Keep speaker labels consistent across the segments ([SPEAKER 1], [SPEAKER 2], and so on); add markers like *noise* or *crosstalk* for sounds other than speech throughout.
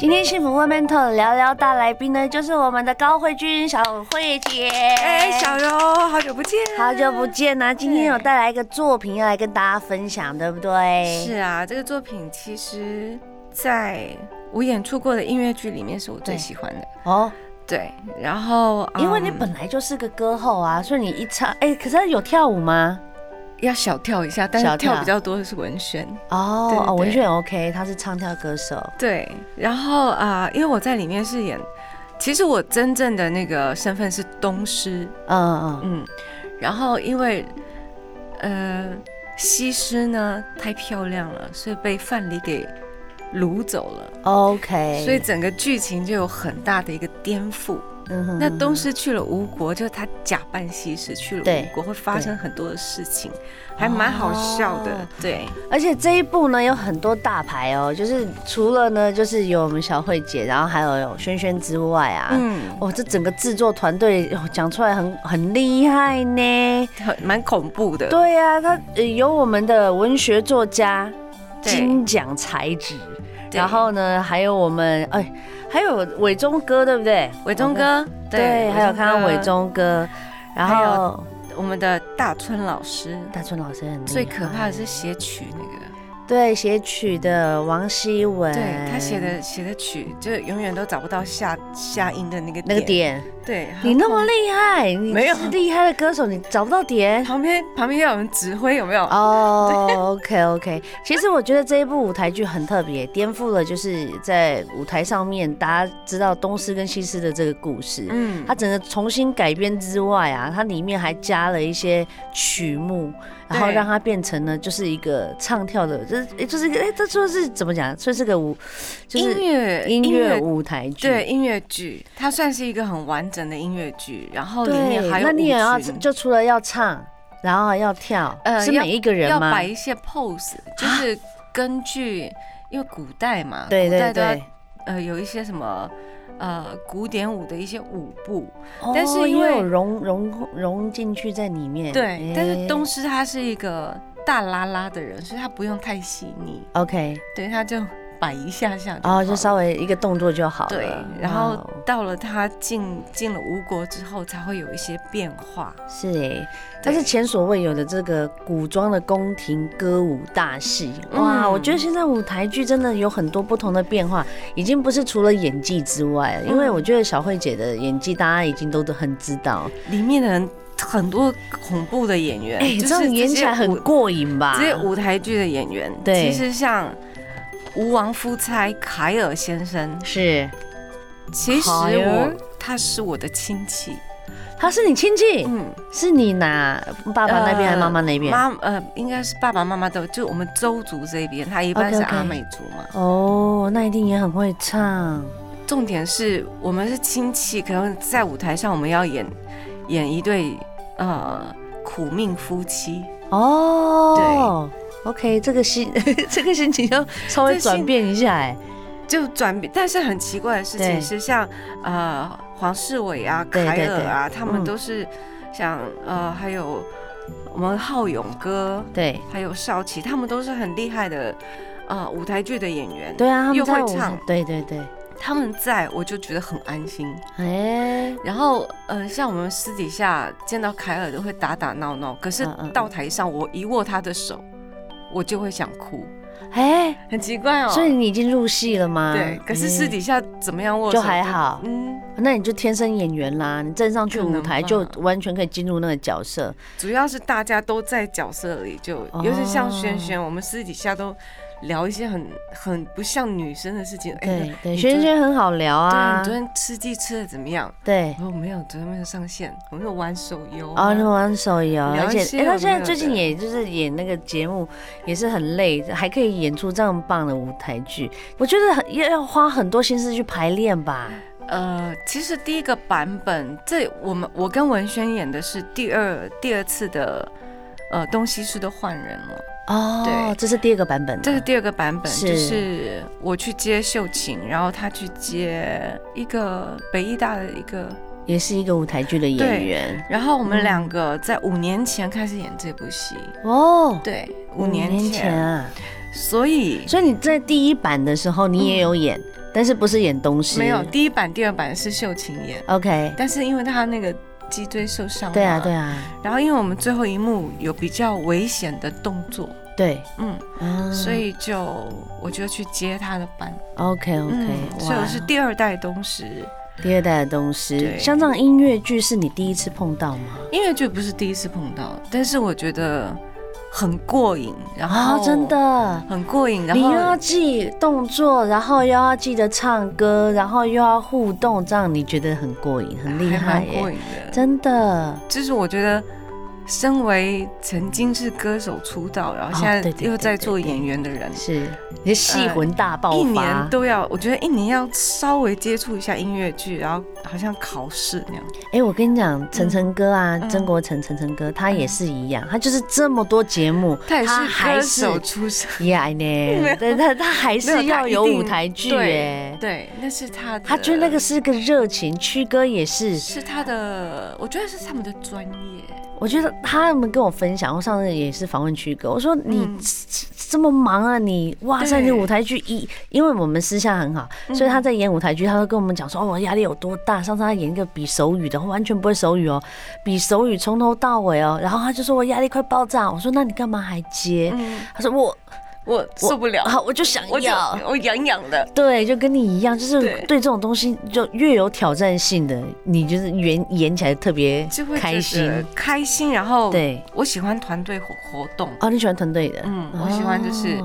[SPEAKER 1] 今天幸福 Women Talk 聊聊大来宾呢，就是我们的高慧君小慧姐。
[SPEAKER 2] 哎、小柔，好久不见，
[SPEAKER 1] 好久不见呐、今天有带来一个作品要来跟大家分享，对不对？
[SPEAKER 2] 是啊，这个作品其实，在我演出过的音乐剧里面是我最
[SPEAKER 1] 对
[SPEAKER 2] 喜欢的。
[SPEAKER 1] 哦，
[SPEAKER 2] 对，然后
[SPEAKER 1] 因为你
[SPEAKER 2] 嗯
[SPEAKER 1] 本来就是个歌后啊，所以你一唱，哎、可是有跳舞吗？
[SPEAKER 2] 要小跳一下，但
[SPEAKER 1] 小
[SPEAKER 2] 是
[SPEAKER 1] 跳
[SPEAKER 2] 跳比较多的是文轩。
[SPEAKER 1] 哦，
[SPEAKER 2] 对对
[SPEAKER 1] 哦文
[SPEAKER 2] 对
[SPEAKER 1] 轩也 OK，他是唱跳歌手。
[SPEAKER 2] 对，然后啊、因为我在里面是演，其实我真正的那个身份是东施，
[SPEAKER 1] 嗯嗯，
[SPEAKER 2] 嗯，然后因为呃西施呢太漂亮了，所以被范蠡给掳走了。
[SPEAKER 1] 嗯，OK。
[SPEAKER 2] 所以，整个剧情就有很大的一个颠覆。
[SPEAKER 1] 嗯哼
[SPEAKER 2] 那东施去了吴国，就是他假扮西施去了
[SPEAKER 1] 对
[SPEAKER 2] 吴国，会发生很多的事情，还蛮好笑的。
[SPEAKER 1] 哦
[SPEAKER 2] 对，
[SPEAKER 1] 而且这一部呢有很多大牌哦，就是除了呢就是有我们小慧姐，然后还有有轩轩之外啊，
[SPEAKER 2] 嗯，
[SPEAKER 1] 哦，这整个制作团队哦讲出来很很厉害呢。
[SPEAKER 2] 很蛮恐怖的。
[SPEAKER 1] 对呀、啊，他呃有我们的文学作家
[SPEAKER 2] 对
[SPEAKER 1] 金奖才子，
[SPEAKER 2] 对
[SPEAKER 1] 然后呢还有我们哎，还有伟忠哥对不对？
[SPEAKER 2] 伟忠哥，
[SPEAKER 1] 对，还有看到伟，忠哥，然
[SPEAKER 2] 还有
[SPEAKER 1] 后
[SPEAKER 2] 忠哥我们的大春老师，
[SPEAKER 1] 大春老师很厉害
[SPEAKER 2] 最可怕的是写曲那个，
[SPEAKER 1] 对写曲的王希文，
[SPEAKER 2] 对他写的写的曲，就永远都找不到下下音的那个
[SPEAKER 1] 那个，点，
[SPEAKER 2] 对，
[SPEAKER 1] 你那么厉害，你
[SPEAKER 2] 没有
[SPEAKER 1] 是厉害的歌手，你找不到
[SPEAKER 2] *laughs*
[SPEAKER 1] 点。
[SPEAKER 2] 旁边旁边要有人指挥，有没有？
[SPEAKER 1] 哦、o k OK，其实我觉得这一部舞台剧很特别，颠覆了就是在舞台上面大家知道东施跟西施的这个故事。
[SPEAKER 2] 嗯
[SPEAKER 1] 它整个重新改编之外啊，它里面还加了一些曲目，然后
[SPEAKER 2] 对
[SPEAKER 1] 让它变成了就是一个唱跳的，就是诶就是一个哎、这就是怎么讲，这是个舞，就是
[SPEAKER 2] 音乐
[SPEAKER 1] 音乐舞台剧。
[SPEAKER 2] 对音乐剧，它算是一个很完整的音乐剧，然后里面
[SPEAKER 1] 对，
[SPEAKER 2] 还有
[SPEAKER 1] 那你也要
[SPEAKER 2] 舞群
[SPEAKER 1] 就除了要唱，然后还要跳，
[SPEAKER 2] 呃
[SPEAKER 1] 是
[SPEAKER 2] 要
[SPEAKER 1] 每一个人
[SPEAKER 2] 要
[SPEAKER 1] 吗啊
[SPEAKER 2] 摆？一些 pose，就是根据因为古代嘛，
[SPEAKER 1] 对
[SPEAKER 2] 古
[SPEAKER 1] 对
[SPEAKER 2] 代都要
[SPEAKER 1] 对，
[SPEAKER 2] 呃有一些什么呃古典舞的一些舞步，
[SPEAKER 1] 哦
[SPEAKER 2] 但是因
[SPEAKER 1] 也
[SPEAKER 2] 为
[SPEAKER 1] 有融融融进去在里面。
[SPEAKER 2] 对，但是
[SPEAKER 1] 诶
[SPEAKER 2] 东施他是一个大拉拉的人，所以他不用太细腻，
[SPEAKER 1] OK
[SPEAKER 2] 对，他就摆一下下好
[SPEAKER 1] 哦，就
[SPEAKER 2] 了
[SPEAKER 1] 稍微一个动作就好了。
[SPEAKER 2] 对，然后
[SPEAKER 1] 哇哦
[SPEAKER 2] 到了他进进了吴国之后，才会有一些变化。
[SPEAKER 1] 是哎，但是前所未有的这个古装的宫廷歌舞大戏，哇，
[SPEAKER 2] 嗯
[SPEAKER 1] 我觉得现在舞台剧真的有很多不同的变化，已经不是除了演技之外了，因为
[SPEAKER 2] 嗯
[SPEAKER 1] 我觉得小慧姐的演技大家已经都很知道，
[SPEAKER 2] 里面的人很多恐怖的演员，
[SPEAKER 1] 哎，
[SPEAKER 2] 就
[SPEAKER 1] 这
[SPEAKER 2] 是
[SPEAKER 1] 样演起来很
[SPEAKER 2] 这些舞
[SPEAKER 1] 过瘾吧？
[SPEAKER 2] 这些舞台剧的演员，
[SPEAKER 1] 对
[SPEAKER 2] 其实像吴王夫差、凯尔先生，
[SPEAKER 1] 是，
[SPEAKER 2] 其实
[SPEAKER 1] 凯尔
[SPEAKER 2] 我他是我的亲戚，
[SPEAKER 1] 他是你亲戚，
[SPEAKER 2] 嗯，
[SPEAKER 1] 是你哪爸爸那边还是
[SPEAKER 2] 呃
[SPEAKER 1] 妈妈那边？
[SPEAKER 2] 妈呃，应该是爸爸妈妈都，就我们周族这边，他一般是
[SPEAKER 1] OK，OK
[SPEAKER 2] 阿美族嘛。
[SPEAKER 1] 哦，那一定也很会唱。
[SPEAKER 2] 重点是我们是亲戚，可能在舞台上我们要演演一对呃苦命夫妻，
[SPEAKER 1] 哦，对，OK，这个心 *laughs* 这个心情要稍微
[SPEAKER 2] 这心
[SPEAKER 1] 转变一下，哎，
[SPEAKER 2] 就转变，但是很奇怪的事
[SPEAKER 1] 对
[SPEAKER 2] 情是像，呃黄世伟啊、
[SPEAKER 1] 对对
[SPEAKER 2] 凯尔啊，
[SPEAKER 1] 对
[SPEAKER 2] 他
[SPEAKER 1] 嗯
[SPEAKER 2] 们都是像、呃，还有我们浩勇哥，
[SPEAKER 1] 对，
[SPEAKER 2] 还有少奇，他们都是很厉害的呃舞台剧的演员。
[SPEAKER 1] 对啊，他们
[SPEAKER 2] 又
[SPEAKER 1] 在
[SPEAKER 2] 会
[SPEAKER 1] 舞台
[SPEAKER 2] 唱，
[SPEAKER 1] 对对对，
[SPEAKER 2] 他们在我就觉得很安心。
[SPEAKER 1] 哎，
[SPEAKER 2] 然后呃，像我们私底下见到凯尔都会打打闹闹，可是
[SPEAKER 1] 嗯嗯
[SPEAKER 2] 到台上我一握他的手，我就会想哭，
[SPEAKER 1] 哎，
[SPEAKER 2] 很奇怪哦。
[SPEAKER 1] 所以你已经入戏了吗？
[SPEAKER 2] 对，可是
[SPEAKER 1] 哎
[SPEAKER 2] 私底下怎么样握
[SPEAKER 1] 就
[SPEAKER 2] 手
[SPEAKER 1] 还好
[SPEAKER 2] 嗯。
[SPEAKER 1] 那你就天生演员啦，你站上去
[SPEAKER 2] 可能
[SPEAKER 1] 舞台
[SPEAKER 2] 吧
[SPEAKER 1] 就完全可以进入那个角色，
[SPEAKER 2] 主要是大家都在角色里，就
[SPEAKER 1] 哦
[SPEAKER 2] 尤其像萱萱，我们私底下都聊一些很很不像女生的事情。
[SPEAKER 1] 对对，
[SPEAKER 2] 哎你
[SPEAKER 1] 轩
[SPEAKER 2] 昨
[SPEAKER 1] 轩很好聊
[SPEAKER 2] 对，
[SPEAKER 1] 啊
[SPEAKER 2] 你昨，天吃鸡吃的怎
[SPEAKER 1] *laughs*
[SPEAKER 2] 么样？
[SPEAKER 1] 对。
[SPEAKER 2] 我说没有，昨天没有上线，我们有玩手游啊。
[SPEAKER 1] 哦，那玩手游，
[SPEAKER 2] 聊
[SPEAKER 1] 而
[SPEAKER 2] 一
[SPEAKER 1] 且
[SPEAKER 2] 些
[SPEAKER 1] 哎、他
[SPEAKER 2] 有
[SPEAKER 1] 现在
[SPEAKER 2] 没有
[SPEAKER 1] 最近
[SPEAKER 2] 的
[SPEAKER 1] 也就是演那个节目，也是很累，还可以演出这样棒的舞台剧，我觉得很要要花很多心思去排练吧。
[SPEAKER 2] 呃，其实第一个版本，这我们我跟文轩演的是第二第二次的，呃，东西式的换人了。
[SPEAKER 1] 哦
[SPEAKER 2] 对，
[SPEAKER 1] 这是第二个版本的，啊
[SPEAKER 2] 这是第二个版本，
[SPEAKER 1] 是
[SPEAKER 2] 就是我去接秀琴，然后他去接一个北艺大的一个，
[SPEAKER 1] 也是一个舞台剧的演
[SPEAKER 2] 对
[SPEAKER 1] 员
[SPEAKER 2] 然后我
[SPEAKER 1] 嗯
[SPEAKER 2] 们两个在五年前开始演这部戏，
[SPEAKER 1] 哦，
[SPEAKER 2] 对，五年前，
[SPEAKER 1] 啊，
[SPEAKER 2] 所以
[SPEAKER 1] 所以你在第一版的时候你也有演，但是不是演东西？
[SPEAKER 2] 没有第一版、第二版是秀琴演，
[SPEAKER 1] ，OK，
[SPEAKER 2] 但是因为他那个脊椎受伤，
[SPEAKER 1] 对啊，对
[SPEAKER 2] 啊，
[SPEAKER 1] 啊，
[SPEAKER 2] 然后因为我们最后一幕有比较危险的动作，
[SPEAKER 1] 对，
[SPEAKER 2] 嗯，
[SPEAKER 1] 啊
[SPEAKER 2] 所以就我就去接他的班，
[SPEAKER 1] OK
[SPEAKER 2] 嗯
[SPEAKER 1] OK，，
[SPEAKER 2] 所以我是第二代东石。
[SPEAKER 1] 第二代的东西，
[SPEAKER 2] 对
[SPEAKER 1] 像这样音乐剧是你第一次碰到吗？
[SPEAKER 2] 音乐剧不是第一次碰到，但是我觉得很过瘾，然
[SPEAKER 1] 啊、
[SPEAKER 2] 后、
[SPEAKER 1] 真的。
[SPEAKER 2] 很过瘾，然
[SPEAKER 1] 你又要
[SPEAKER 2] 后
[SPEAKER 1] 记动作，然后又要记得唱歌，然后又要互动，这样你觉得很过瘾，很厉
[SPEAKER 2] 还
[SPEAKER 1] 害
[SPEAKER 2] *laughs* 蛮
[SPEAKER 1] 耶
[SPEAKER 2] 过！瘾的。
[SPEAKER 1] 真的，
[SPEAKER 2] 就是我觉得，身为曾经是歌手出道，然后现
[SPEAKER 1] 哦对
[SPEAKER 2] 在
[SPEAKER 1] 对
[SPEAKER 2] 又在
[SPEAKER 1] 对
[SPEAKER 2] 做
[SPEAKER 1] 对对
[SPEAKER 2] 演员的人，
[SPEAKER 1] 是你的戏魂大爆
[SPEAKER 2] 呃一
[SPEAKER 1] 发
[SPEAKER 2] 年。都要，我觉得一年要稍微接触一下音乐剧，然后好像考试那样。
[SPEAKER 1] 哎、我跟你讲，晨晨哥啊，
[SPEAKER 2] 嗯
[SPEAKER 1] 曾国成，晨晨哥，他也是一样，他就是这么多节目，
[SPEAKER 2] 他也是
[SPEAKER 1] 还
[SPEAKER 2] 歌
[SPEAKER 1] 是
[SPEAKER 2] 手出身， *laughs*
[SPEAKER 1] Yeah 呢，对他他还是
[SPEAKER 2] 没有他
[SPEAKER 1] 要有
[SPEAKER 2] 一定
[SPEAKER 1] 舞台剧
[SPEAKER 2] 对
[SPEAKER 1] 哎，
[SPEAKER 2] 对，那是他的，
[SPEAKER 1] 他觉得那个是个热情，曲哥也是，
[SPEAKER 2] 是他的，我觉得是他们的专业。
[SPEAKER 1] 我觉得他们跟我分享，我上次也是访问曲哥，我说你
[SPEAKER 2] 嗯
[SPEAKER 1] 这么忙啊，你哇塞，
[SPEAKER 2] 对
[SPEAKER 1] 你舞台剧一，因为我们私下很好，所以他在演舞台剧，他会跟我们讲说，哦，我压力有多大。上次他演一个比手语的，我完全不会手语哦，比手语从头到尾哦，然后他就说我压力快爆炸，我说那你干嘛还接？
[SPEAKER 2] 嗯，
[SPEAKER 1] 他说我
[SPEAKER 2] 我受不了，
[SPEAKER 1] 啊，我就想
[SPEAKER 2] *laughs* 我就
[SPEAKER 1] 要。
[SPEAKER 2] 我痒痒的。
[SPEAKER 1] 对，就跟你一样，就是
[SPEAKER 2] 对
[SPEAKER 1] 对这种东西就越有挑战性的，你就是演演起来特别
[SPEAKER 2] 就会觉得哦
[SPEAKER 1] 开心。
[SPEAKER 2] 开心。然后，
[SPEAKER 1] 对，
[SPEAKER 2] 我喜欢团队活活动，
[SPEAKER 1] 哦，你喜欢团队的，
[SPEAKER 2] 嗯，我喜欢
[SPEAKER 1] 哦
[SPEAKER 2] 就是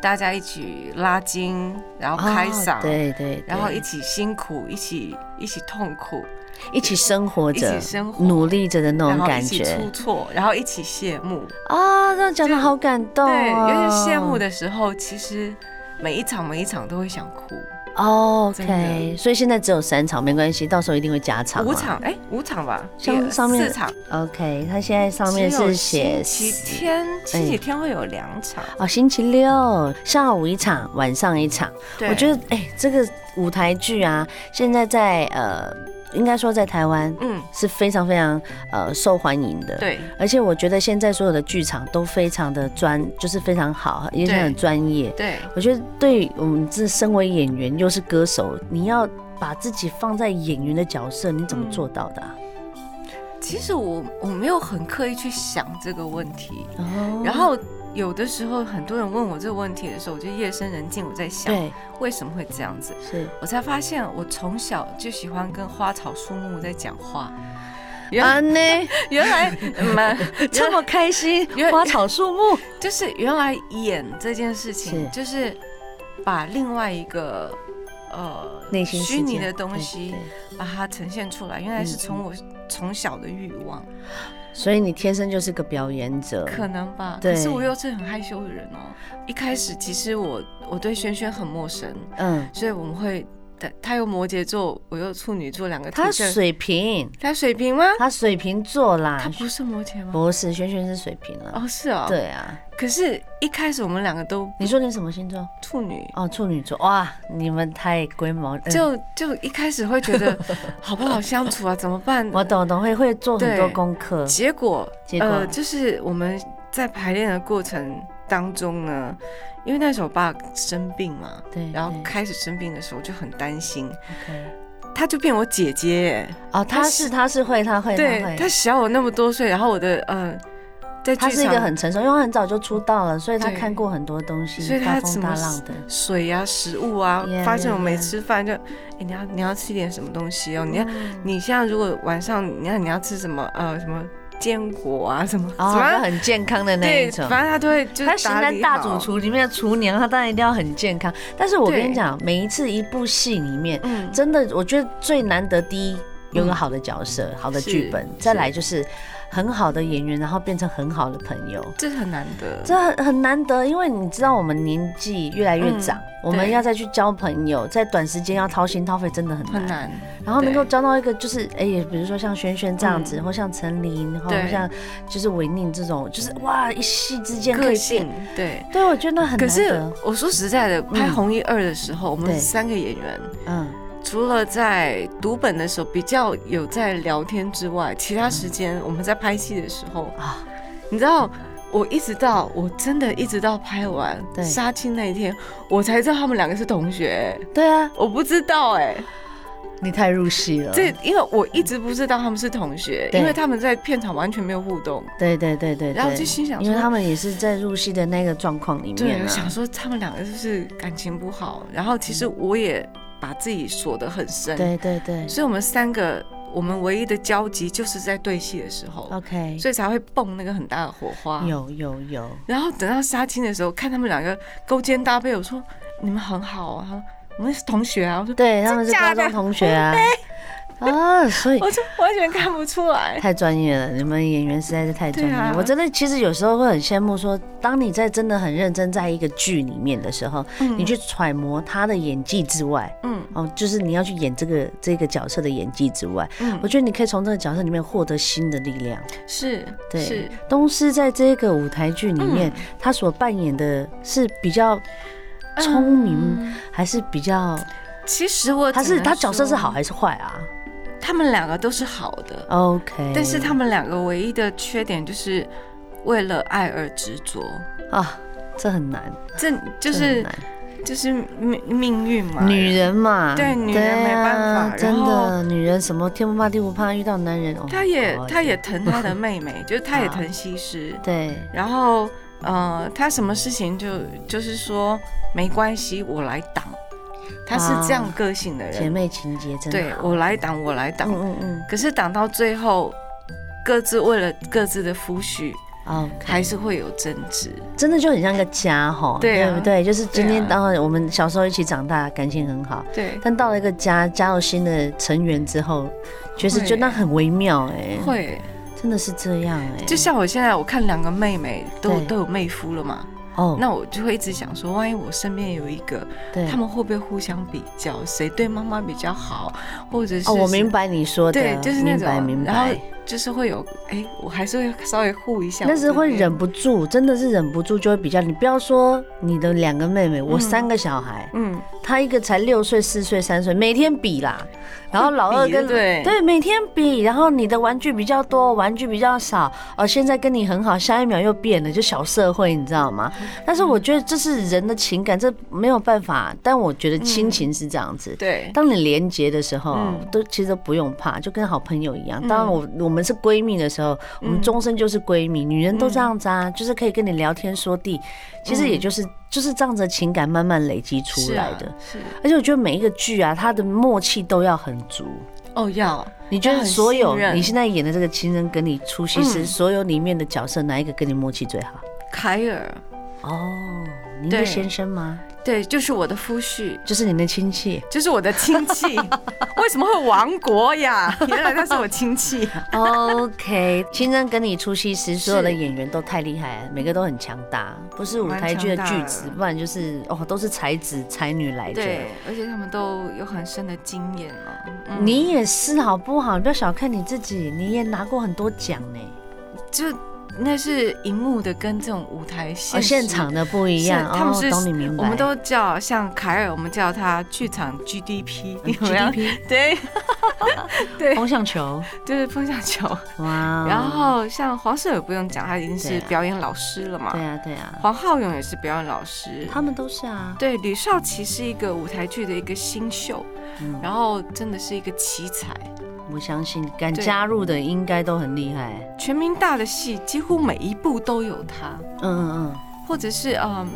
[SPEAKER 2] 大家一起拉筋，然后开
[SPEAKER 1] 哦
[SPEAKER 2] 嗓，
[SPEAKER 1] 对对对
[SPEAKER 2] 然后一起辛苦，一起一起痛苦，
[SPEAKER 1] 一起生活着
[SPEAKER 2] 一起生，活
[SPEAKER 1] 努力着的那
[SPEAKER 2] 然
[SPEAKER 1] 种
[SPEAKER 2] 后
[SPEAKER 1] 感
[SPEAKER 2] 一起
[SPEAKER 1] 觉
[SPEAKER 2] 出错，然后一起谢幕。
[SPEAKER 1] 啊，那讲的好感动
[SPEAKER 2] 对，
[SPEAKER 1] 哦，
[SPEAKER 2] 尤其是谢幕的时候，其实每一场每一场都会想哭。
[SPEAKER 1] 哦
[SPEAKER 2] 真
[SPEAKER 1] OK，
[SPEAKER 2] 的
[SPEAKER 1] 所以现在只有三场，没关系，到时候一定会加场嘛。
[SPEAKER 2] 五场，哎，五场吧，
[SPEAKER 1] 像
[SPEAKER 2] 也
[SPEAKER 1] 上面
[SPEAKER 2] 四场，
[SPEAKER 1] OK，他现在上面
[SPEAKER 2] 只有
[SPEAKER 1] 是写
[SPEAKER 2] 星
[SPEAKER 1] 四
[SPEAKER 2] 期天，星期天会有两场。
[SPEAKER 1] 哦，星期六下午一场，晚上一场。
[SPEAKER 2] 对
[SPEAKER 1] 我觉得哎、这个舞台剧啊，现在在呃，应该说在台湾
[SPEAKER 2] 嗯，
[SPEAKER 1] 是非常非常呃受欢迎的。。
[SPEAKER 2] 对，
[SPEAKER 1] 而且我觉得现在所有的剧场都非常的专，就是非常好，也是
[SPEAKER 2] 对
[SPEAKER 1] 很专业。
[SPEAKER 2] 对，
[SPEAKER 1] 我觉得对我们这身为演员又是歌手，你要把自己放在演员的角色，你怎么做到的、啊？
[SPEAKER 2] 其实我我没有很刻意去想这个问题，
[SPEAKER 1] 哦
[SPEAKER 2] 然后有的时候很多人问我这个问题的时候，我就夜深人静，我在想
[SPEAKER 1] 对
[SPEAKER 2] 为什么会这样子，
[SPEAKER 1] 是
[SPEAKER 2] 我才发现我从小就喜欢跟花草树木在讲话。原
[SPEAKER 1] 啊呢，
[SPEAKER 2] *laughs* 原来
[SPEAKER 1] *laughs*
[SPEAKER 2] 蛮
[SPEAKER 1] 这么开心
[SPEAKER 2] 原，
[SPEAKER 1] 花草树木
[SPEAKER 2] 就是原来演这件事情
[SPEAKER 1] 是，
[SPEAKER 2] 就是把另外一个呃
[SPEAKER 1] 内心世界
[SPEAKER 2] 虚拟的东西
[SPEAKER 1] 对对
[SPEAKER 2] 把它呈现出来，原来是从我从小的欲望，
[SPEAKER 1] 所以你天生就是个表演者，
[SPEAKER 2] 可能吧。
[SPEAKER 1] 对
[SPEAKER 2] 可是我又是很害羞的人哦。一开始其实我我对轩轩很陌生，
[SPEAKER 1] 嗯，
[SPEAKER 2] 所以我们会，他他有摩羯座，我有处女座，两个
[SPEAKER 1] 他
[SPEAKER 2] 地震
[SPEAKER 1] 水瓶，
[SPEAKER 2] 他水瓶吗？
[SPEAKER 1] 他水瓶座啦
[SPEAKER 2] 啊他，不是摩羯吗？
[SPEAKER 1] 不是轩轩是水瓶啦，
[SPEAKER 2] 哦，是哦。。
[SPEAKER 1] 对啊，
[SPEAKER 2] 可是，一开始我们两个都
[SPEAKER 1] 你说你什么星座？
[SPEAKER 2] 处女，
[SPEAKER 1] 哦，处女座，哇，你们太龟毛，嗯
[SPEAKER 2] 就就一开始会
[SPEAKER 1] *laughs*
[SPEAKER 2] 觉得好不好相处啊？怎么办？
[SPEAKER 1] 我懂懂，会会做很多
[SPEAKER 2] 对
[SPEAKER 1] 功课，
[SPEAKER 2] 结果，
[SPEAKER 1] 结果
[SPEAKER 2] 嗯呃，就是我们在排练的过程当中呢，因为那时候我爸生病嘛，
[SPEAKER 1] 对，
[SPEAKER 2] 然后
[SPEAKER 1] 对
[SPEAKER 2] 开始生病的时候我就很担心，
[SPEAKER 1] OK
[SPEAKER 2] 他就变我姐姐耶。
[SPEAKER 1] 哦，他是他是会，他会，
[SPEAKER 2] 对
[SPEAKER 1] 他
[SPEAKER 2] 他
[SPEAKER 1] 会，
[SPEAKER 2] 小我那么多岁，然后我的呃，在
[SPEAKER 1] 他
[SPEAKER 2] 剧
[SPEAKER 1] 是一个
[SPEAKER 2] 场
[SPEAKER 1] 很成熟，因为他很早就出道了，所以他
[SPEAKER 2] 对
[SPEAKER 1] 看过很多东西，
[SPEAKER 2] 所以
[SPEAKER 1] 大
[SPEAKER 2] 他
[SPEAKER 1] 风
[SPEAKER 2] 什么
[SPEAKER 1] 大浪的，
[SPEAKER 2] 水呀、食物啊
[SPEAKER 1] Yeah,
[SPEAKER 2] 发现我
[SPEAKER 1] yeah,
[SPEAKER 2] 没
[SPEAKER 1] yeah.
[SPEAKER 2] 吃饭就，哎、你要你要吃点什么东西哦？你要、你现在如果晚上你要你要吃什么呃什么坚果啊什么，
[SPEAKER 1] 哦，
[SPEAKER 2] 反
[SPEAKER 1] 就
[SPEAKER 2] 正
[SPEAKER 1] 很健康的那
[SPEAKER 2] 对，
[SPEAKER 1] 一种
[SPEAKER 2] 反。正他都会就是
[SPEAKER 1] 他承
[SPEAKER 2] 打
[SPEAKER 1] 担
[SPEAKER 2] 理
[SPEAKER 1] 大
[SPEAKER 2] 好
[SPEAKER 1] 主，厨里面的厨娘，他当然一定要很健康。但是我跟你
[SPEAKER 2] 对
[SPEAKER 1] 讲，每一次一部戏里面，
[SPEAKER 2] 嗯，
[SPEAKER 1] 真的我觉得最难得第一有个好的角色、好的剧本
[SPEAKER 2] 嗯是，
[SPEAKER 1] 再来就是很好的演员，然后变成很好的朋友。
[SPEAKER 2] 这很难得。
[SPEAKER 1] 这很很难得，因为你知道我们年纪越来越长，我们
[SPEAKER 2] 嗯对
[SPEAKER 1] 要再去交朋友，在短时间要掏心掏肺真的很难。
[SPEAKER 2] 很难，
[SPEAKER 1] 然后能够
[SPEAKER 2] 对
[SPEAKER 1] 交到一个就是，哎、也比如说像轩轩这样子，或像陈琳，或
[SPEAKER 2] 嗯对
[SPEAKER 1] 像就是维宁这种，就是哇，一夕之间可
[SPEAKER 2] 个
[SPEAKER 1] 以变。
[SPEAKER 2] 性对。
[SPEAKER 1] 对，我觉得那很
[SPEAKER 2] 可
[SPEAKER 1] 难
[SPEAKER 2] 是
[SPEAKER 1] 得。
[SPEAKER 2] 我说实在的，拍《红衣二》的时候，我
[SPEAKER 1] 对
[SPEAKER 2] 们三个演员
[SPEAKER 1] 嗯，
[SPEAKER 2] 除了在读本的时候比较有在聊天之外，其他时间我们在拍戏的时候
[SPEAKER 1] 啊
[SPEAKER 2] 啊，你知道，我一直到我真的一直到拍完
[SPEAKER 1] 对
[SPEAKER 2] 杀青那一天，我才知道他们两个是同学，
[SPEAKER 1] 对啊，
[SPEAKER 2] 我不知道哎、
[SPEAKER 1] 你太入戏了。
[SPEAKER 2] 这因为我一直不知道他们是同学，
[SPEAKER 1] 对
[SPEAKER 2] 因为他们在片场完全没有互动，
[SPEAKER 1] 对对对对
[SPEAKER 2] 然后我就
[SPEAKER 1] 对，
[SPEAKER 2] 心想
[SPEAKER 1] 因为他
[SPEAKER 2] 说。
[SPEAKER 1] 们也是在入戏的那个状况里
[SPEAKER 2] 对，
[SPEAKER 1] 面
[SPEAKER 2] 我想
[SPEAKER 1] 啊。
[SPEAKER 2] 说他们两个就是感情不好，然后其实我也把自己锁得很深，
[SPEAKER 1] 对对对
[SPEAKER 2] 所以我们三个，我们唯一的交集就是在对戏的时候，
[SPEAKER 1] ，OK，
[SPEAKER 2] 所以啊才会蹦那个很大的火花。
[SPEAKER 1] 有有有，
[SPEAKER 2] 然后等到杀青的时候，看他们两个勾肩搭背，我说你们很好啊，他说我们是同学啊。我说
[SPEAKER 1] 对他们是
[SPEAKER 2] 真
[SPEAKER 1] 高
[SPEAKER 2] 假的
[SPEAKER 1] 中同学啊。 *laughs* 啊，所以
[SPEAKER 2] 我就完全看不出来。
[SPEAKER 1] 太专业了，你们演员实在是太专业了。
[SPEAKER 2] 对啊
[SPEAKER 1] 我真的其实有时候会很羡慕说，当你在真的很认真在一个剧里面的时候，你去揣摩他的演技之外，
[SPEAKER 2] 嗯，
[SPEAKER 1] 哦，就是你要去演这个这个角色的演技之外，
[SPEAKER 2] 嗯
[SPEAKER 1] 我觉得你可以从这个角色里面获得新的力量。
[SPEAKER 2] 是，
[SPEAKER 1] 对
[SPEAKER 2] 是，
[SPEAKER 1] 东施在这个舞台剧里面，
[SPEAKER 2] 嗯
[SPEAKER 1] 他所扮演的是比较聪明，
[SPEAKER 2] 嗯
[SPEAKER 1] 还是比较
[SPEAKER 2] 其实我
[SPEAKER 1] 他
[SPEAKER 2] 只
[SPEAKER 1] 是
[SPEAKER 2] 能
[SPEAKER 1] 他角色是
[SPEAKER 2] 说
[SPEAKER 1] 好，还是坏啊
[SPEAKER 2] 他们两个都是好的，
[SPEAKER 1] ？OK，
[SPEAKER 2] 但是他们两个唯一的缺点就是为了爱而执着，
[SPEAKER 1] 啊，这很难，
[SPEAKER 2] 这就
[SPEAKER 1] 这很
[SPEAKER 2] 是
[SPEAKER 1] 难
[SPEAKER 2] 就是命命运嘛，
[SPEAKER 1] 女人嘛，
[SPEAKER 2] 对女人没办法
[SPEAKER 1] 啊、
[SPEAKER 2] 然
[SPEAKER 1] 真
[SPEAKER 2] 后
[SPEAKER 1] 的，女人什么天不怕地不怕，遇到男人哦，
[SPEAKER 2] 他也
[SPEAKER 1] 不好意思
[SPEAKER 2] 他也疼他的妹
[SPEAKER 1] *laughs*
[SPEAKER 2] 妹，就是他也
[SPEAKER 1] 好
[SPEAKER 2] 疼西施，
[SPEAKER 1] 对
[SPEAKER 2] 然后呃，他什么事情就就是说没关系，我来挡，他是这样个性的
[SPEAKER 1] 姐
[SPEAKER 2] 人，
[SPEAKER 1] 妹情节真
[SPEAKER 2] 对
[SPEAKER 1] 好
[SPEAKER 2] 我来挡，我来挡，
[SPEAKER 1] 啊嗯嗯
[SPEAKER 2] 可是挡到最后，各自为了各自的夫婿，
[SPEAKER 1] 嗯，哦，
[SPEAKER 2] 还是会有争执，
[SPEAKER 1] 真的就很像个家哈，
[SPEAKER 2] 对啊
[SPEAKER 1] 不对？就是今
[SPEAKER 2] 对
[SPEAKER 1] 天
[SPEAKER 2] 啊
[SPEAKER 1] 当然我们小时候一起长大，感情很好，
[SPEAKER 2] 对，
[SPEAKER 1] 但到了一个家，加入新的成员之后，确实
[SPEAKER 2] 会
[SPEAKER 1] 就那很微妙哎、
[SPEAKER 2] 会，
[SPEAKER 1] 真的是这样哎、
[SPEAKER 2] 就像我现在我看两个妹妹都
[SPEAKER 1] 对
[SPEAKER 2] 都有妹夫了嘛，
[SPEAKER 1] 哦，
[SPEAKER 2] 那我就会一直想说，万一我身边有一个，
[SPEAKER 1] 对哦
[SPEAKER 2] 他。们会不会互相比较，谁对妈妈比较好，或者是
[SPEAKER 1] 哦，我
[SPEAKER 2] 谁
[SPEAKER 1] 明白你说的，
[SPEAKER 2] 对，就是那
[SPEAKER 1] 明
[SPEAKER 2] 种，
[SPEAKER 1] 白明
[SPEAKER 2] 然
[SPEAKER 1] 白
[SPEAKER 2] 后，就是会有，哎，我还是会稍微护一下我这
[SPEAKER 1] 但
[SPEAKER 2] 边，
[SPEAKER 1] 是会忍不住，真的是忍不住就会比较。你不要说你的两个妹妹，我
[SPEAKER 2] 嗯
[SPEAKER 1] 三个小孩，
[SPEAKER 2] 嗯，
[SPEAKER 1] 他一个才六岁、四岁、三岁，每天比啦。然后老二
[SPEAKER 2] 比对
[SPEAKER 1] 跟
[SPEAKER 2] 不对
[SPEAKER 1] 每天比，然后你的玩具比较多，玩具比较少，哦，现在跟你很好，下一秒又变了，就小社会，你知道吗？
[SPEAKER 2] 嗯
[SPEAKER 1] 但是我觉得这是人的情感，这没有办法。但我觉得亲情是这样子。
[SPEAKER 2] 嗯对，
[SPEAKER 1] 当你连结的时候，
[SPEAKER 2] 嗯
[SPEAKER 1] 都其实都不用怕，就跟好朋友一样。
[SPEAKER 2] 嗯
[SPEAKER 1] 当然我，我们是闺蜜的时候，我们终身就是闺蜜。女人都这样子啊，
[SPEAKER 2] 嗯
[SPEAKER 1] 就是可以跟你聊天说地，其实也就是、就是这样子的情感慢慢累积出
[SPEAKER 2] 是
[SPEAKER 1] 来
[SPEAKER 2] 啊
[SPEAKER 1] 的。
[SPEAKER 2] 是
[SPEAKER 1] 而且我觉得每一个剧啊，它的默契都要很足。
[SPEAKER 2] 哦，要
[SPEAKER 1] 你觉
[SPEAKER 2] 要
[SPEAKER 1] 得
[SPEAKER 2] 很
[SPEAKER 1] 所有
[SPEAKER 2] 信任
[SPEAKER 1] 你现在演的这个情人跟你出戏时，
[SPEAKER 2] 嗯
[SPEAKER 1] 所有里面的角色哪一个跟你默契最好？
[SPEAKER 2] 凯尔，
[SPEAKER 1] 哦，您
[SPEAKER 2] 对
[SPEAKER 1] 的先生吗？
[SPEAKER 2] 对，就是我的夫婿。
[SPEAKER 1] 就是您的亲戚
[SPEAKER 2] 就是我的亲
[SPEAKER 1] *laughs*
[SPEAKER 2] 戚，为什么会亡国呀？原来他是我亲戚，
[SPEAKER 1] ，OK。情 *laughs* 人跟你出戏时，所有的演员都太厉害了，每个都很强大，不是舞台剧的
[SPEAKER 2] 嗯蛮强大
[SPEAKER 1] 剧
[SPEAKER 2] 的
[SPEAKER 1] 子，不然就是哦，都是才子才女来着。
[SPEAKER 2] 对，而且他们都有很深的经验嘛。嗯
[SPEAKER 1] 你也是好不好？不要小看你自己，你也拿过很多奖呢。
[SPEAKER 2] 就那是荧幕的跟这种舞台现
[SPEAKER 1] 哦，
[SPEAKER 2] 实
[SPEAKER 1] 现场的不一样，
[SPEAKER 2] 是他们
[SPEAKER 1] 哦
[SPEAKER 2] 是
[SPEAKER 1] 懂你明白。
[SPEAKER 2] 我
[SPEAKER 1] *laughs*
[SPEAKER 2] 们都叫像凯尔，我们叫他剧场 GDP，你 *laughs* 们要
[SPEAKER 1] GDP
[SPEAKER 2] 对对
[SPEAKER 1] 风向球，
[SPEAKER 2] 就是风向球。
[SPEAKER 1] 哇哦，
[SPEAKER 2] *laughs* 然后像黄世伟不用讲，他已经
[SPEAKER 1] 对
[SPEAKER 2] 是
[SPEAKER 1] 啊
[SPEAKER 2] 表演老师了嘛
[SPEAKER 1] 对。啊对啊，
[SPEAKER 2] 黄浩勇也是表演老师。
[SPEAKER 1] 他们都是啊，
[SPEAKER 2] 对，吕少奇是一个舞台剧的一个新秀，
[SPEAKER 1] 嗯
[SPEAKER 2] 然后真的是一个奇才。
[SPEAKER 1] 我相信敢
[SPEAKER 2] 对
[SPEAKER 1] 加入的应该都很厉害。
[SPEAKER 2] 全民大的戏几乎每一部都有他，
[SPEAKER 1] 嗯嗯
[SPEAKER 2] 或者是嗯，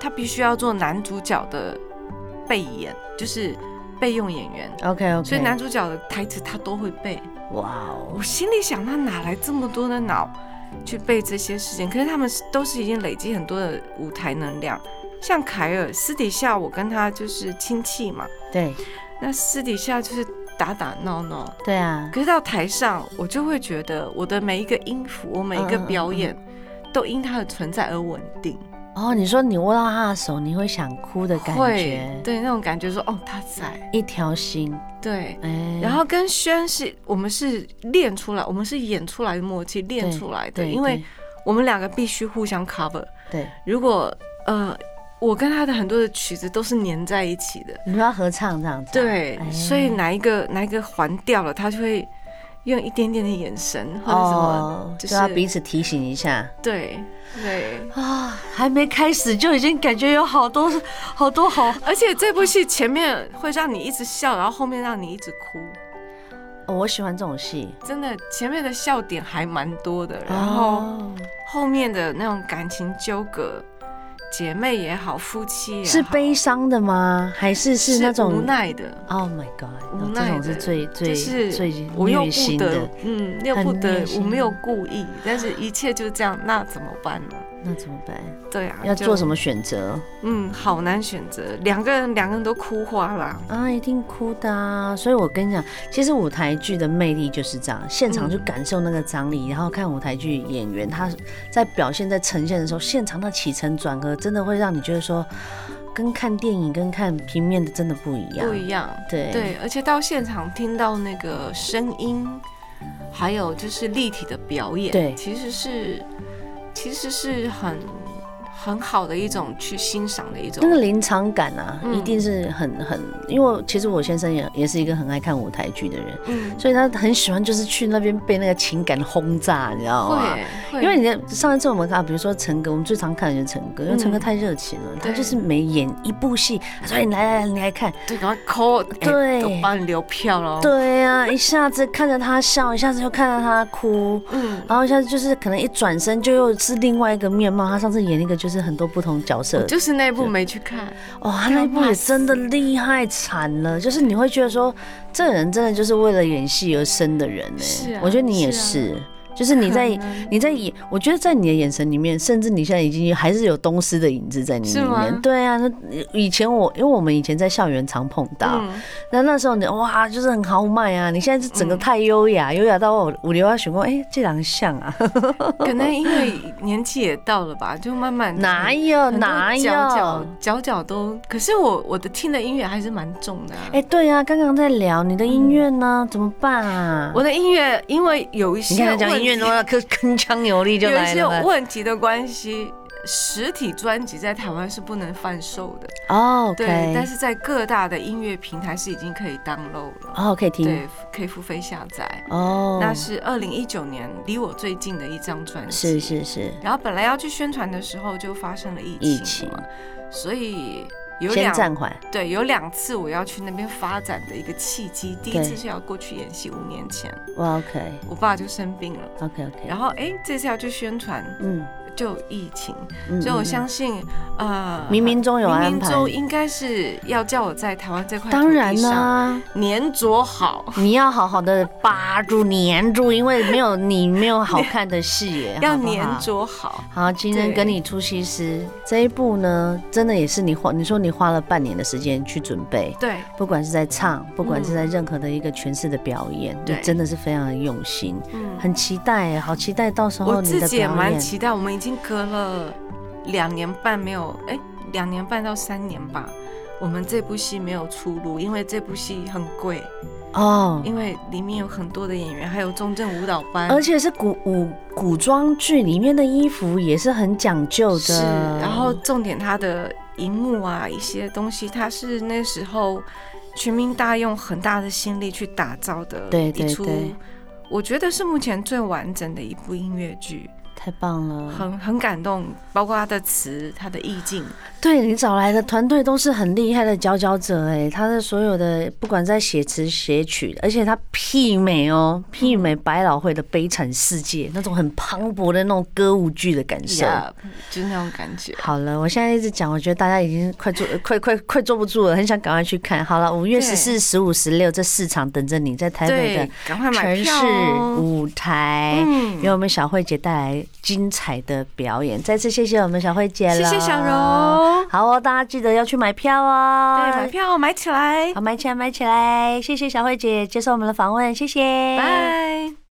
[SPEAKER 2] 他必须要做男主角的备演，就是备用演员。
[SPEAKER 1] 嗯，OK OK，
[SPEAKER 2] 所以男主角的台词他都会背。
[SPEAKER 1] 哇哦
[SPEAKER 2] 我，心里想，他哪来这么多的脑去背这些事情？可是他们是都是已经累积很多的舞台能量。像凯尔，私底下我跟他就是亲戚嘛，
[SPEAKER 1] 对，
[SPEAKER 2] 那私底下就是打打闹闹。
[SPEAKER 1] 对啊，
[SPEAKER 2] 可是到台上，我就会觉得我的每一个音符，我每一个
[SPEAKER 1] 嗯嗯嗯
[SPEAKER 2] 表演，都因它的存在而稳定。
[SPEAKER 1] 哦，你说你握到他的手，你会想哭的感
[SPEAKER 2] 会
[SPEAKER 1] 觉，
[SPEAKER 2] 对那种感觉说，哦，他在。嗯
[SPEAKER 1] 一条心，
[SPEAKER 2] 对，
[SPEAKER 1] 哎，
[SPEAKER 2] 然后跟轩是我们是练出来，我们是演出来的默契练
[SPEAKER 1] 对
[SPEAKER 2] 出来的，
[SPEAKER 1] 对，
[SPEAKER 2] 因为我们两个必须互相 cover。
[SPEAKER 1] 对，对
[SPEAKER 2] 如果呃，我跟他的很多的曲子都是粘在一起的，
[SPEAKER 1] 你们要合唱这样子啊，
[SPEAKER 2] 对，
[SPEAKER 1] 哎
[SPEAKER 2] 所以哪一个哪一个环掉了，他就会用一点点的眼神或者什么，
[SPEAKER 1] 哦，
[SPEAKER 2] 就
[SPEAKER 1] 就要
[SPEAKER 2] 是
[SPEAKER 1] 彼此提醒一下
[SPEAKER 2] 对对。
[SPEAKER 1] 啊，还没开始就已经感觉有好多好多好，
[SPEAKER 2] 而且这部戏前面会让你一直笑，然后后面让你一直哭，
[SPEAKER 1] 哦我喜欢这种戏，
[SPEAKER 2] 真的前面的笑点还蛮多的，然后
[SPEAKER 1] 哦
[SPEAKER 2] 后面的那种感情纠葛，姐妹也好，夫妻也好，
[SPEAKER 1] 是悲伤的吗？还是是那种
[SPEAKER 2] 无奈的，
[SPEAKER 1] ？Oh my god！
[SPEAKER 2] 无
[SPEAKER 1] 哦这
[SPEAKER 2] 奈
[SPEAKER 1] 种是
[SPEAKER 2] 的
[SPEAKER 1] 最最
[SPEAKER 2] 就是
[SPEAKER 1] 最
[SPEAKER 2] 我又
[SPEAKER 1] 虐
[SPEAKER 2] 不
[SPEAKER 1] 心
[SPEAKER 2] 得
[SPEAKER 1] 的，，
[SPEAKER 2] 嗯，又
[SPEAKER 1] 很
[SPEAKER 2] 不得
[SPEAKER 1] 虐，
[SPEAKER 2] 我
[SPEAKER 1] 心
[SPEAKER 2] 没有故意，但是一切就这样，那怎么办呢？
[SPEAKER 1] 那怎么办？
[SPEAKER 2] 对啊，
[SPEAKER 1] 要
[SPEAKER 2] 就
[SPEAKER 1] 做什么选择？
[SPEAKER 2] 嗯，好难选择，两个人两个人都哭花了。
[SPEAKER 1] 啊，一定哭的啊！所以我跟你讲，其实舞台剧的魅力就是这样，现场去
[SPEAKER 2] 嗯
[SPEAKER 1] 感受那个张力，然后看舞台剧演员他在表现、在呈现的时候，现场的起承转合，真的会让你觉得说，跟看电影、跟看平面的真的不一样
[SPEAKER 2] 不。一样，
[SPEAKER 1] 对
[SPEAKER 2] 对，而且到现场听到那个声音，还有就是立体的表演，
[SPEAKER 1] 对
[SPEAKER 2] 其实是其实是很很好的一种去欣赏的一种
[SPEAKER 1] 那，个临场感啊，
[SPEAKER 2] 嗯
[SPEAKER 1] 一定是很很，因为其实我先生也也是一个很爱看舞台剧的人，
[SPEAKER 2] 嗯，
[SPEAKER 1] 所以他很喜欢就是去那边被那个情感轰炸，你知道吗？
[SPEAKER 2] 会会，
[SPEAKER 1] 因为你的上一次我们看，啊比如说陈哥，我们最常看的就是陈
[SPEAKER 2] 嗯
[SPEAKER 1] 哥，因为陈哥太热情了，他
[SPEAKER 2] 对
[SPEAKER 1] 就是每演一部戏，他说哎你来来来，你来看，
[SPEAKER 2] 对，赶快 call，哎
[SPEAKER 1] 对
[SPEAKER 2] 我帮你留票喽，，
[SPEAKER 1] 对呀、啊，一下子看着他笑，一下子又看到他哭，
[SPEAKER 2] 嗯，
[SPEAKER 1] 然后一下子就是可能一转身就又是另外一个面貌。他上次演一个就是很多不同角色，
[SPEAKER 2] 就是那一部没去看，
[SPEAKER 1] 哇、他那一部也真的厉害惨了，就是你会觉得说，这个人真的就是为了演戏而生的人呢、
[SPEAKER 2] 是啊
[SPEAKER 1] 我觉得你也
[SPEAKER 2] 是啊
[SPEAKER 1] 是，就是你在
[SPEAKER 2] *laughs* 可。能
[SPEAKER 1] 你在眼，我觉得在你的眼神里面，甚至你现在已经还是有东施的影子在你里
[SPEAKER 2] 是吗
[SPEAKER 1] 面。对啊，那以前我因为我们以前在校园常碰到，
[SPEAKER 2] 嗯
[SPEAKER 1] 那、那时候你哇就是很豪迈啊，你现在是整个太优雅，优、雅到我我刘要选过，哎、这两像啊，
[SPEAKER 2] 嗯可能因为年纪也到了吧，就慢慢
[SPEAKER 1] *laughs* 哪有
[SPEAKER 2] 很多
[SPEAKER 1] 哪有。
[SPEAKER 2] 角角角角都，可是我我的听的音乐还是蛮重的、啊。
[SPEAKER 1] 哎、对啊，刚刚在聊你的音乐呢，怎么办啊？
[SPEAKER 2] 嗯我的音乐因为有一
[SPEAKER 1] 你
[SPEAKER 2] 些
[SPEAKER 1] 看他
[SPEAKER 2] 问题，
[SPEAKER 1] 讲音乐的话，铿铿锵有力就
[SPEAKER 2] 有一
[SPEAKER 1] 来
[SPEAKER 2] 些
[SPEAKER 1] 了吧。
[SPEAKER 2] 问题的关系，实体专辑在台湾是不能贩售的，
[SPEAKER 1] 哦
[SPEAKER 2] 对，但
[SPEAKER 1] ，OK，
[SPEAKER 2] 是在各大的音乐平台是已经可以 download 了，
[SPEAKER 1] 哦，可以听
[SPEAKER 2] 对，可以付费下载。
[SPEAKER 1] 哦，
[SPEAKER 2] 那是二零一九年离我最近的一张专
[SPEAKER 1] 是
[SPEAKER 2] 辑，
[SPEAKER 1] 是是，
[SPEAKER 2] 然后本来要去宣传的时候就发生了疫情
[SPEAKER 1] 疫
[SPEAKER 2] 嘛，
[SPEAKER 1] 情
[SPEAKER 2] 所以有
[SPEAKER 1] 先
[SPEAKER 2] 两
[SPEAKER 1] 暂缓，
[SPEAKER 2] 对，有两次我要去那边发展的一个契机。第一
[SPEAKER 1] 对
[SPEAKER 2] 次是要过去演戏，五年前
[SPEAKER 1] 哇，OK。
[SPEAKER 2] 我爸就生病了，
[SPEAKER 1] OK OK，
[SPEAKER 2] 然后哎，这次要去宣传
[SPEAKER 1] 嗯，
[SPEAKER 2] 就疫情，
[SPEAKER 1] 嗯
[SPEAKER 2] 所以我
[SPEAKER 1] 嗯
[SPEAKER 2] 相信呃，
[SPEAKER 1] 冥冥中有安
[SPEAKER 2] 明
[SPEAKER 1] 排，
[SPEAKER 2] 周应该是要叫我在台湾这块
[SPEAKER 1] 当然啊
[SPEAKER 2] 土地
[SPEAKER 1] 啦、
[SPEAKER 2] 上粘着好，
[SPEAKER 1] 你要好好的扒住、粘住，因为没有你没有好看的戏耶，
[SPEAKER 2] *laughs* 要
[SPEAKER 1] 好不好
[SPEAKER 2] 粘。着好。
[SPEAKER 1] 好，今天
[SPEAKER 2] 对
[SPEAKER 1] 跟你出西施这一部呢，真的也是你花，你说你花了半年的时间去准备，
[SPEAKER 2] 对，
[SPEAKER 1] 不管是在唱，不管是在任何的一个诠释的表演，你
[SPEAKER 2] 嗯对
[SPEAKER 1] 真的是非常的用心，
[SPEAKER 2] 嗯，
[SPEAKER 1] 很期待耶，好期待到时候
[SPEAKER 2] 我
[SPEAKER 1] 你
[SPEAKER 2] 自
[SPEAKER 1] 的
[SPEAKER 2] 己也
[SPEAKER 1] 表
[SPEAKER 2] 蛮
[SPEAKER 1] 演。
[SPEAKER 2] 期待，我们已经隔了两年半没有，哎，两年半到三年吧。我们这部戏没有出炉，因为这部戏很贵，
[SPEAKER 1] 哦，
[SPEAKER 2] 因为里面有很多的演员，还有中正舞蹈班，
[SPEAKER 1] 而且是古古古装剧里面的衣服也是很讲究的，
[SPEAKER 2] 是，然后重点它的荧幕啊，一些东西，它是那时候全民大用很大的心力去打造的
[SPEAKER 1] 对
[SPEAKER 2] 一
[SPEAKER 1] 对
[SPEAKER 2] 出
[SPEAKER 1] 对
[SPEAKER 2] 我觉得是目前最完整的一部音乐剧，
[SPEAKER 1] 太棒了。
[SPEAKER 2] 很很感动，包括它的词、它的意境，
[SPEAKER 1] 对你找来的团队都是很厉害的佼佼者哎、他的所有的不管在写词写曲，而且他媲美哦，媲美百老汇的《悲惨世界》那种很磅礴的那种歌舞剧的感受。
[SPEAKER 2] 呀，就是那种感觉。
[SPEAKER 1] 好了，我现在一直讲，我觉得大家已经快坐，呃 *laughs* 快快快坐不住了，很想赶快去看。好了，五月
[SPEAKER 2] 对
[SPEAKER 1] 十四、十五、十六这四场等着你，在台北
[SPEAKER 2] 对
[SPEAKER 1] 的，
[SPEAKER 2] 赶快买
[SPEAKER 1] 城
[SPEAKER 2] 票
[SPEAKER 1] 市
[SPEAKER 2] 哦、
[SPEAKER 1] 舞台，
[SPEAKER 2] 嗯
[SPEAKER 1] 由我们小慧姐带来精彩的表演。再次谢谢我们小慧姐了，
[SPEAKER 2] 谢谢小。柔，
[SPEAKER 1] 好哦，大家记得要去买票哦，
[SPEAKER 2] 对，买票买起来
[SPEAKER 1] 好，，买起来，买起来！谢谢小慧姐接受我们的访问，谢谢，
[SPEAKER 2] 拜。